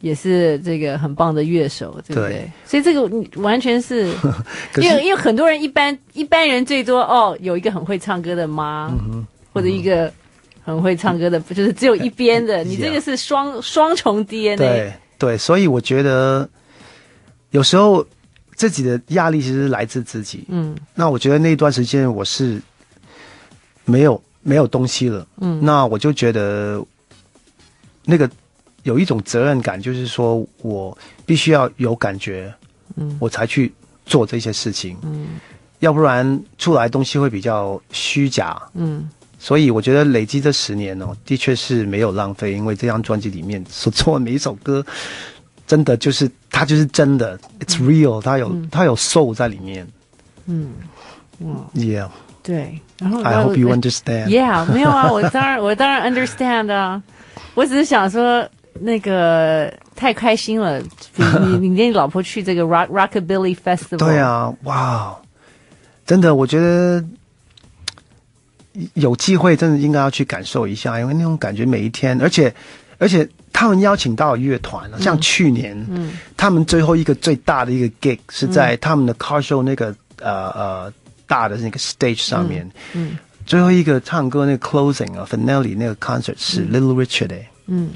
S2: 也是这个很棒的乐手，对不对？
S3: 对
S2: 所以这个你完全是，
S3: 可
S2: 因
S3: 是
S2: 为因为很多人一般一般人最多哦，有一个很会唱歌的妈，
S3: 嗯
S2: 或者一个很会唱歌的，就是只有一边 的。你这个是双双重 DNA，
S3: 对对，所以我觉得有时候自己的压力其实来自自己。
S2: 嗯
S3: 那我觉得那段时间我是没有没有东西了，
S2: 嗯
S3: 那我就觉得那个有一种责任感，就是说我必须要有感觉，
S2: 嗯
S3: 我才去做这些事情，
S2: 嗯
S3: 要不然出来东西会比较虚假。
S2: 嗯，
S3: 所以我觉得累积这十年哦，的确是没有浪费，因为这张专辑里面所做的每一首歌，真的就是它就是真的，it's real，它有、它有 soul 在里面。
S2: 嗯哇，
S3: Yeah,
S2: 对。然后
S3: I hope you
S2: 哦我
S3: understand.
S2: Yeah，没有啊，我当然我当然 understand 啊，我只是想说那个太开心了， 比你你跟你老婆去这个 Rock Rockabilly Festival，
S3: 对，啊，哇，真的，我觉得有机会真的应该要去感受一下，因为那种感觉每一天，而且而且他们邀请到乐团，啊像去年，
S2: 嗯
S3: 他们最后一个最大的一个 gig 是在他们的 car show 那个呃呃大的那个 stage 上面，
S2: 嗯
S3: 最后一个唱歌那个 closing 啊 finale 那个 concert 是 Little Richard 哎、
S2: 嗯，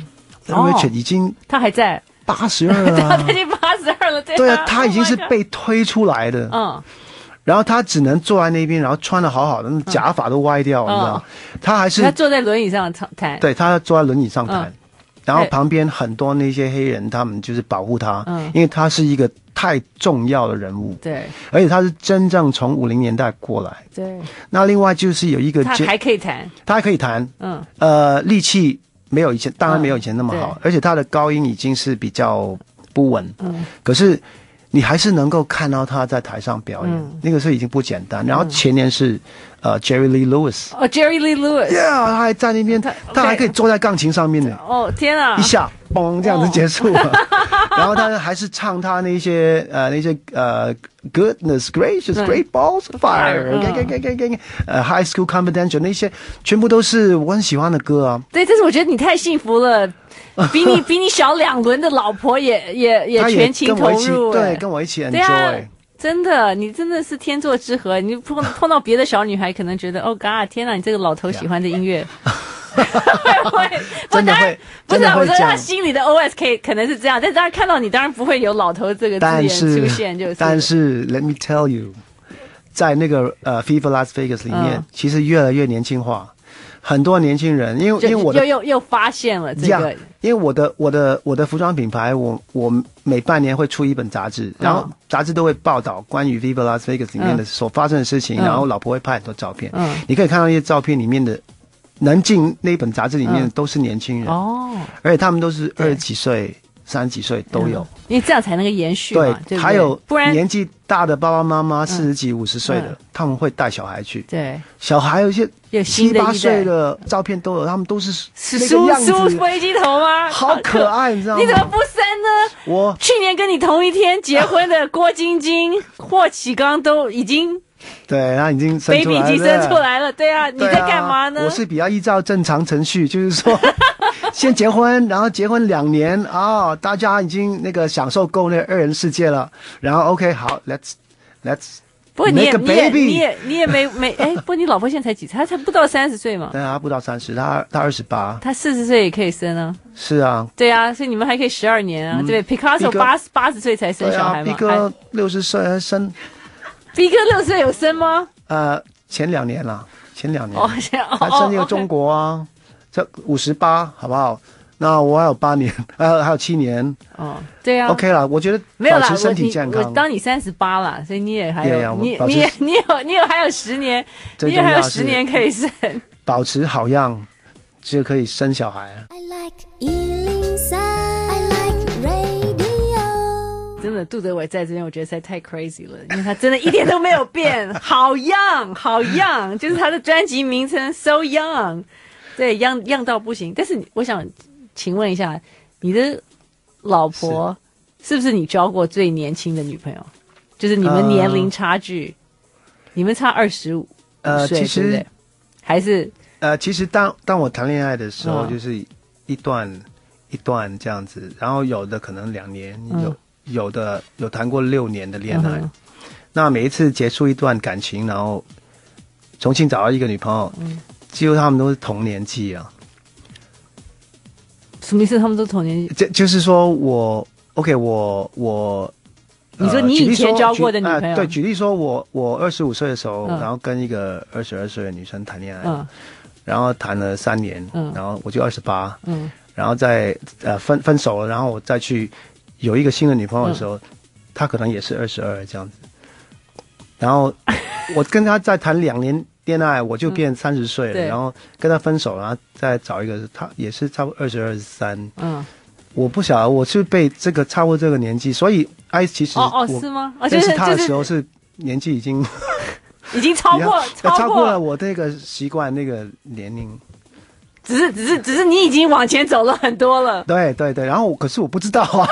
S3: l i t t l
S2: 哦
S3: e Richard 已经
S2: 他还在，
S3: 八十二 了
S2: 他
S3: 啊、
S2: 已经八十二了，对
S3: 对
S2: 对
S3: 啊，他已经是被推出来 的，
S2: 嗯
S3: 然后他只能坐在那边，然后穿的好好的，那假发都歪掉，你知
S2: 哦
S3: 道吗？他还是
S2: 他坐在轮椅上唱弹，
S3: 对他坐在轮椅上弹，
S2: 嗯
S3: 然后
S2: 对
S3: 旁边很多那些黑人，他们就是保护他，
S2: 嗯
S3: 因为他是一个太重要的人物，
S2: 对
S3: 而且他是真正从五零年代过来。
S2: 对，
S3: 那另外就是有一个
S2: 他
S3: 街
S2: 还可以弹，
S3: 他还可以弹，
S2: 嗯
S3: 呃，力气没有以前，当然
S2: 嗯
S3: 没有以前那么好，
S2: 对
S3: 而且他的高音已经是比较不稳，
S2: 嗯
S3: 可是你还是能够看到他在台上表演，
S2: 嗯
S3: 那个是已经不简单。然后前年是、呃 Jerry Lee Lewis，Yeah，
S2: 哦 Jerry Lee Lewis，
S3: 他还在那边，
S2: 他
S3: 他
S2: OK
S3: 还可以坐在钢琴上面呢，
S2: 哦天啊
S3: 一，下嘣这样子结束了。然后他还是唱他那些呃那些呃 goodness gracious
S2: 嗯
S3: great balls of fire，
S2: 嗯
S3: g g g g 呃 high school confidential 那些全部都是我很喜欢的歌啊。
S2: 对，但是我觉得你太幸福了，比你比你小两轮的老婆也也也
S3: 他也
S2: 全情
S3: 跟我
S2: 投
S3: 一起
S2: 入，哎
S3: 对，跟我一起
S2: 对啊
S3: enjoy。
S2: 真的，你真的是天作之合。 你碰碰到别的小女孩，可能觉得哦，God，天哪，你这个老头喜欢的音 乐，会不
S3: 真的
S2: 当然不是
S3: 会真的
S2: 啊，
S3: 会
S2: 我说
S3: 这
S2: 他
S3: 样
S2: 心里的 OS 可以可能是这样，但当然看到你，当然不会有老头这个字
S3: 但
S2: 眼
S3: 是，
S2: 出现，就是
S3: 但是，Let me tell you，在那个呃 FIFA Las Vegas 里面，
S2: 嗯
S3: 其实越来越年轻化，很多年轻人，因为
S2: 就
S3: 因为我
S2: 又
S3: 的
S2: 又又发现了这个
S3: Yeah，因为我的我的我的服装品牌，我我每半年会出一本杂
S2: 嗯
S3: 志，然后杂志都会报道关于 FIFA Las Vegas 里面的所发生的事情，
S2: 嗯
S3: 然后老婆会拍很多照片，
S2: 嗯
S3: 你可以看到那些照片里面的能进那本杂志里面的
S2: 嗯
S3: 都是年轻人，
S2: 哦，
S3: 而且他们都是二
S2: 对
S3: 十几岁、三十几岁都有。
S2: 嗯，因为这样才能够延续嘛，对不对，
S3: 还有
S2: 不然
S3: 年纪大的爸爸妈妈四十几、五十岁的
S2: 嗯，
S3: 他们会带小孩去，
S2: 对
S3: 小孩有一些
S2: 有
S3: 七
S2: 新的
S3: 八
S2: 一代
S3: 岁。的照片都有，他们都是
S2: 是
S3: 那个
S2: 梳
S3: 样
S2: 梳
S3: 子，
S2: 飞机头吗？
S3: 好可爱，哦你知道
S2: 你怎么
S3: 吗？
S2: 不生呢？
S3: 我
S2: 去年跟你同一天结婚的郭晶晶、霍启刚都已经
S3: 对他已经 生出
S2: baby
S3: 来
S2: 已经
S3: 了，
S2: 生出来了，对啊，你
S3: 对啊
S2: 在干嘛呢？
S3: 我是比较依照正常程序，就是 说先结婚，然后结婚两年啊、哦大家已经那个享受够那个二人世界了，然后 OK 好，Let's Let's
S2: 不过你也
S3: make a
S2: 你也
S3: baby
S2: 你也你也没没哎，不过你老婆现在才几岁？她才不到三十岁嘛，
S3: 但他不到三十，他他二十八，
S2: 她四十岁也可以生啊。
S3: 是啊，
S2: 对啊，所以你们还可以十二年啊，对不对
S3: 毕
S2: ？Picasso
S3: 哥
S2: 八八十岁才生
S3: 嗯对
S2: 小
S3: 啊
S2: 孩，
S3: 毕
S2: 嘛，哎
S3: 哥六十岁还生，
S2: 逼哥六十岁有生吗？
S3: 呃，前两年了，前两年
S2: 哦，这样
S3: 嗯还
S2: 哦，
S3: 生有中
S2: 国
S3: 国啊，这五十八好不好？那我还有八年， 还有还有七年
S2: 哦，对啊
S3: OK 了，我觉得
S2: 没有
S3: 保
S2: 啦，
S3: 持
S2: 我
S3: 身体
S2: 你
S3: 健
S2: 我
S3: 康
S2: 当你三十八啦，所以你也还有
S3: Yeah, yeah，我
S2: 你
S3: 保持
S2: 你也你有你有还有十年，
S3: 最
S2: 你
S3: 重
S2: 也
S3: 要
S2: 还有
S3: 是
S2: 十年可以生。
S3: 保持好样，就可以生小孩。
S4: I like Ealing Sound. I like radio.
S2: 真的，杜德伟在这边，我觉得实在太 crazy 了，因为他真的一点都没有 变，好 young，好 young，就是他的专辑名称 so young，对，young young 到不行。但是你我想请问一下，你的老婆是不是你交过最年轻的女朋友？就是你们
S3: 呃
S2: 年龄差距，你们差二十五
S3: 呃，
S2: 岁，
S3: 其
S2: 对不
S3: 实
S2: 对？还是
S3: 呃，其实当当我谈恋爱的时候，
S2: 嗯
S3: 就是一段一段这样子，然后有的可能两年，
S2: 嗯
S3: 有有的有谈过六年的恋爱
S2: 嗯哼。
S3: 那每一次结束一段感情，然后重新找到一个女朋友，
S2: 嗯
S3: 几乎他们都是同年纪啊。
S2: 什么意思？他们都同年纪？
S3: 这就是说我 OK，我我。
S2: 你说
S3: 呃
S2: 你
S3: 举例
S2: 以前
S3: 说
S2: 交
S3: 举
S2: 过的女
S3: 呃
S2: 朋友
S3: 对，举例说我我二十五岁的时候，
S2: 嗯
S3: 然后跟一个二十二岁的女生谈恋爱，
S2: 嗯
S3: 然后谈了三年，
S2: 嗯
S3: 然后我就二十八，
S2: 嗯，
S3: 然后再呃分分手了，然后我再去有一个新的女朋友的时候，
S2: 嗯
S3: 她可能也是二十二这样子，然后我跟她再谈两年恋爱，我就变三十岁了，
S2: 对
S3: 然后跟她分手，然后再找一个，她也是差不多二十二三，
S2: 嗯，
S3: 我不晓得我是被这个差不多这个年纪，所以哎，其实
S2: 哦
S3: 我
S2: 哦，是吗？哦，就
S3: 认
S2: 是
S3: 识她
S2: 就
S3: 的时候
S2: 是
S3: 是年纪已经
S2: 已经 超过
S3: 超
S2: 过
S3: 过了我这个习惯那个年龄。
S2: 只是只是只是你已经往前走了很多了。
S3: 对对对，然后我可是我不知 道啊，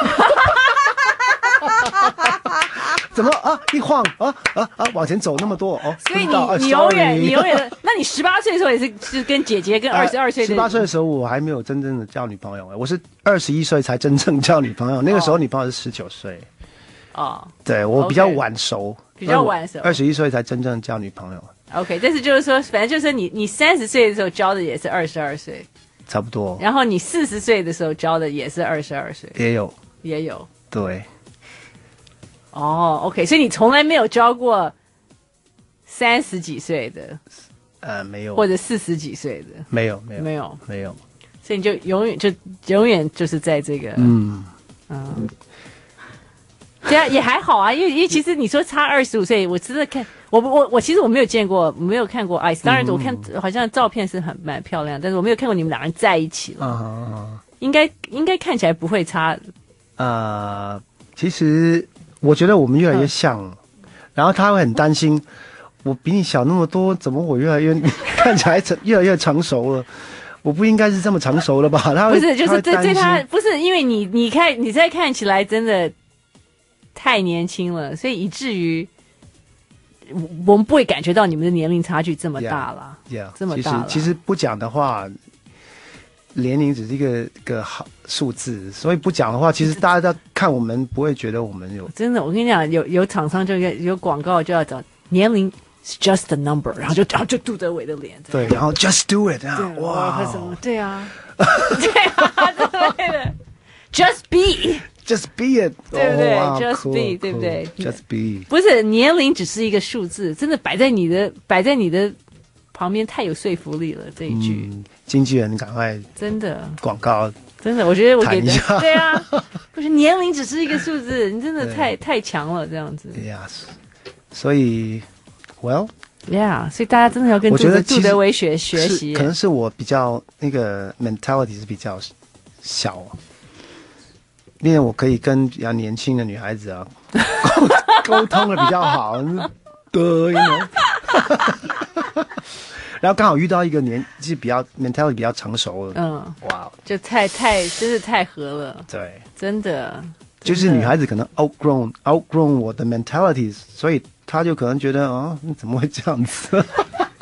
S3: 怎么啊一晃啊啊啊往前走那么多哦，
S2: 所以
S3: 不知道啊
S2: 你你永远
S3: sorry
S2: 你 永远，那你十八岁的时候也是是跟姐姐跟二十二岁的
S3: 哎十八岁的时候我还没有真正的交女朋友，我是二十一岁才真正交女朋友，那个时候女朋友是十九岁，
S2: 哦
S3: 对我比较
S2: OK
S3: 晚熟，
S2: 比较晚熟
S3: 二十一岁才真正交女朋友，
S2: ，OK，但是就是说，反正就是你你三十岁的时候交的也是二十二岁，
S3: 差不多
S2: 然后你四十岁的时候交的也是二十二岁，
S3: 也有
S2: 也有
S3: 对，
S2: 哦，OK，所以你从来没有交过三十几岁的
S3: 呃没有
S2: 或者四十几岁的，
S3: 没有没有
S2: 没有，
S3: 没有，
S2: 所以你就永远就永远就是在这个
S3: 嗯，
S2: 嗯，对啊，也还好啊，因为因为其实你说差二十五岁，我真的看我我我其实我没有见过，没有看过 Ice。当然，我看好
S3: 嗯
S2: 像照片是很蛮漂亮，但是我没有看过你们两人在一起了，
S3: 啊哈啊哈。
S2: 应该应该看起来不会差。
S3: 呃，其实我觉得我们越来越像，了，然后他会很担心，我比你小那么多，怎么我越来越看起来成越来越成熟了？我不应该是这么成熟 了吧？他
S2: 不
S3: 会
S2: 是，就
S3: 他
S2: 是
S3: 会
S2: 对
S3: 担
S2: 对
S3: 心
S2: 他不是，因为你你看你再看起来真的太年轻了，所以以至于我我们不会感觉到你们的年龄差距这么大了。
S3: Yeah，
S2: 这么
S3: 其实
S2: 大了
S3: 其实不讲的话，年龄只是一个一个好数字，所以不讲的话，其实大家都看我们不会觉得我们有
S2: 真的，我跟你讲，有有厂商就要有广告就要找年龄 is just a number，然后就然后就杜德伟的脸，
S3: 对，然后 just do it 啊，
S2: 哇
S3: 哇，
S2: 什么？对 啊，对啊，之类的。Just be，
S3: ，just be it，哦
S2: 对不对
S3: 哇
S2: Just
S3: cool，
S2: be，对不
S3: cool，
S2: 对
S3: ？just be，
S2: 不是年龄只是一个数字，真的摆在你的摆在你的旁边太有说服力了。这一句、
S3: 嗯，经纪人赶快
S2: 真的
S3: 广告
S2: 真的，我觉得我给
S3: 谈一下
S2: 的对啊，不是年龄只是一个数字，你真的
S3: 对哎
S2: 太太强了，这样子。
S3: Yes，所以，Well，
S2: ，Yeah，所以大家真的要跟
S3: 我
S2: 杜
S3: 觉
S2: 德
S3: 得
S2: 杜
S3: 其实
S2: 德伟学学
S3: 是
S2: 习
S3: 可。能是我比较那个 mentality 是比较小，啊因为我可以跟比较年轻的女孩子啊 沟沟通的比较好，对呢。 然后刚好遇到一个年纪比较 mentality 比较成熟的，
S2: 嗯，
S3: 哇，
S2: 就太太真是太合了，
S3: 对，
S2: 真的。
S3: 就是女孩子可能 outgrown outgrown 我的 mentality，所以她就可能觉得哦， 你怎么会这样子？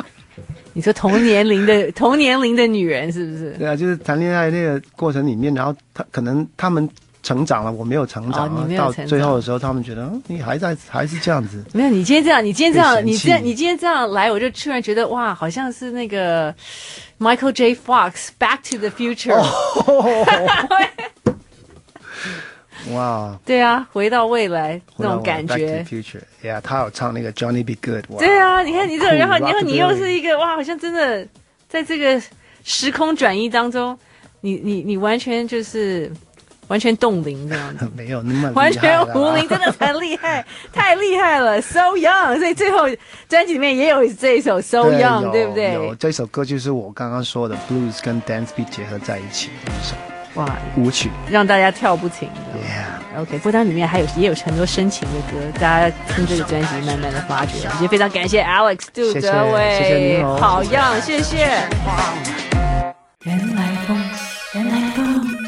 S2: 你说同年龄的同年龄的女人是不是？
S3: 对啊，就是谈恋爱那个过程里面，然后他可能他们成长了，我没有成长，啊
S2: 哦你没有
S3: 到
S2: 成长
S3: 最后的时候，他们觉得、嗯、你还在还是这样子，
S2: 没有，你今天这样，你今天这
S3: 被
S2: 样，
S3: 嫌弃
S2: 你这样，你今天这样来，我就突然觉得哇，好像是那个 Michael J. Fox《Back to the Future》
S3: 哦哇，
S2: 对啊，回到未来 那种感
S3: 回到我
S2: 觉
S3: 的。Back to the Future，yeah，他有唱那个 Johnny Be Good，哇
S2: 对，啊，你看你这
S3: 酷
S2: 种，然后然后
S3: rockabilly
S2: 你又是一个哇，好像真的在这个时空转移当中，你你你完全就是完全冻龄这样子。
S3: 没有那么
S2: 完
S3: 厉害
S2: 全
S3: 啦
S2: 胡龄真的很厉害，太厉害了，So Young，所以最后专辑里面也有这一首 So
S3: 对
S2: Young，
S3: 有
S2: 对不
S3: 有
S2: 对？
S3: 这首歌就是我刚刚说的 blues 跟 dance beat 结合在一起的一首
S2: 哇，
S3: 舞曲
S2: 让大家跳不停的。
S3: ，yeah，
S2: OK，不过它里面还有也有很多深情的歌，大家听这个专辑慢慢的发掘。也非常感谢 Alex 杜
S3: 谢谢
S2: 德伟，
S3: 谢谢你哦
S2: 好样，谢谢
S5: 原来风，原来风。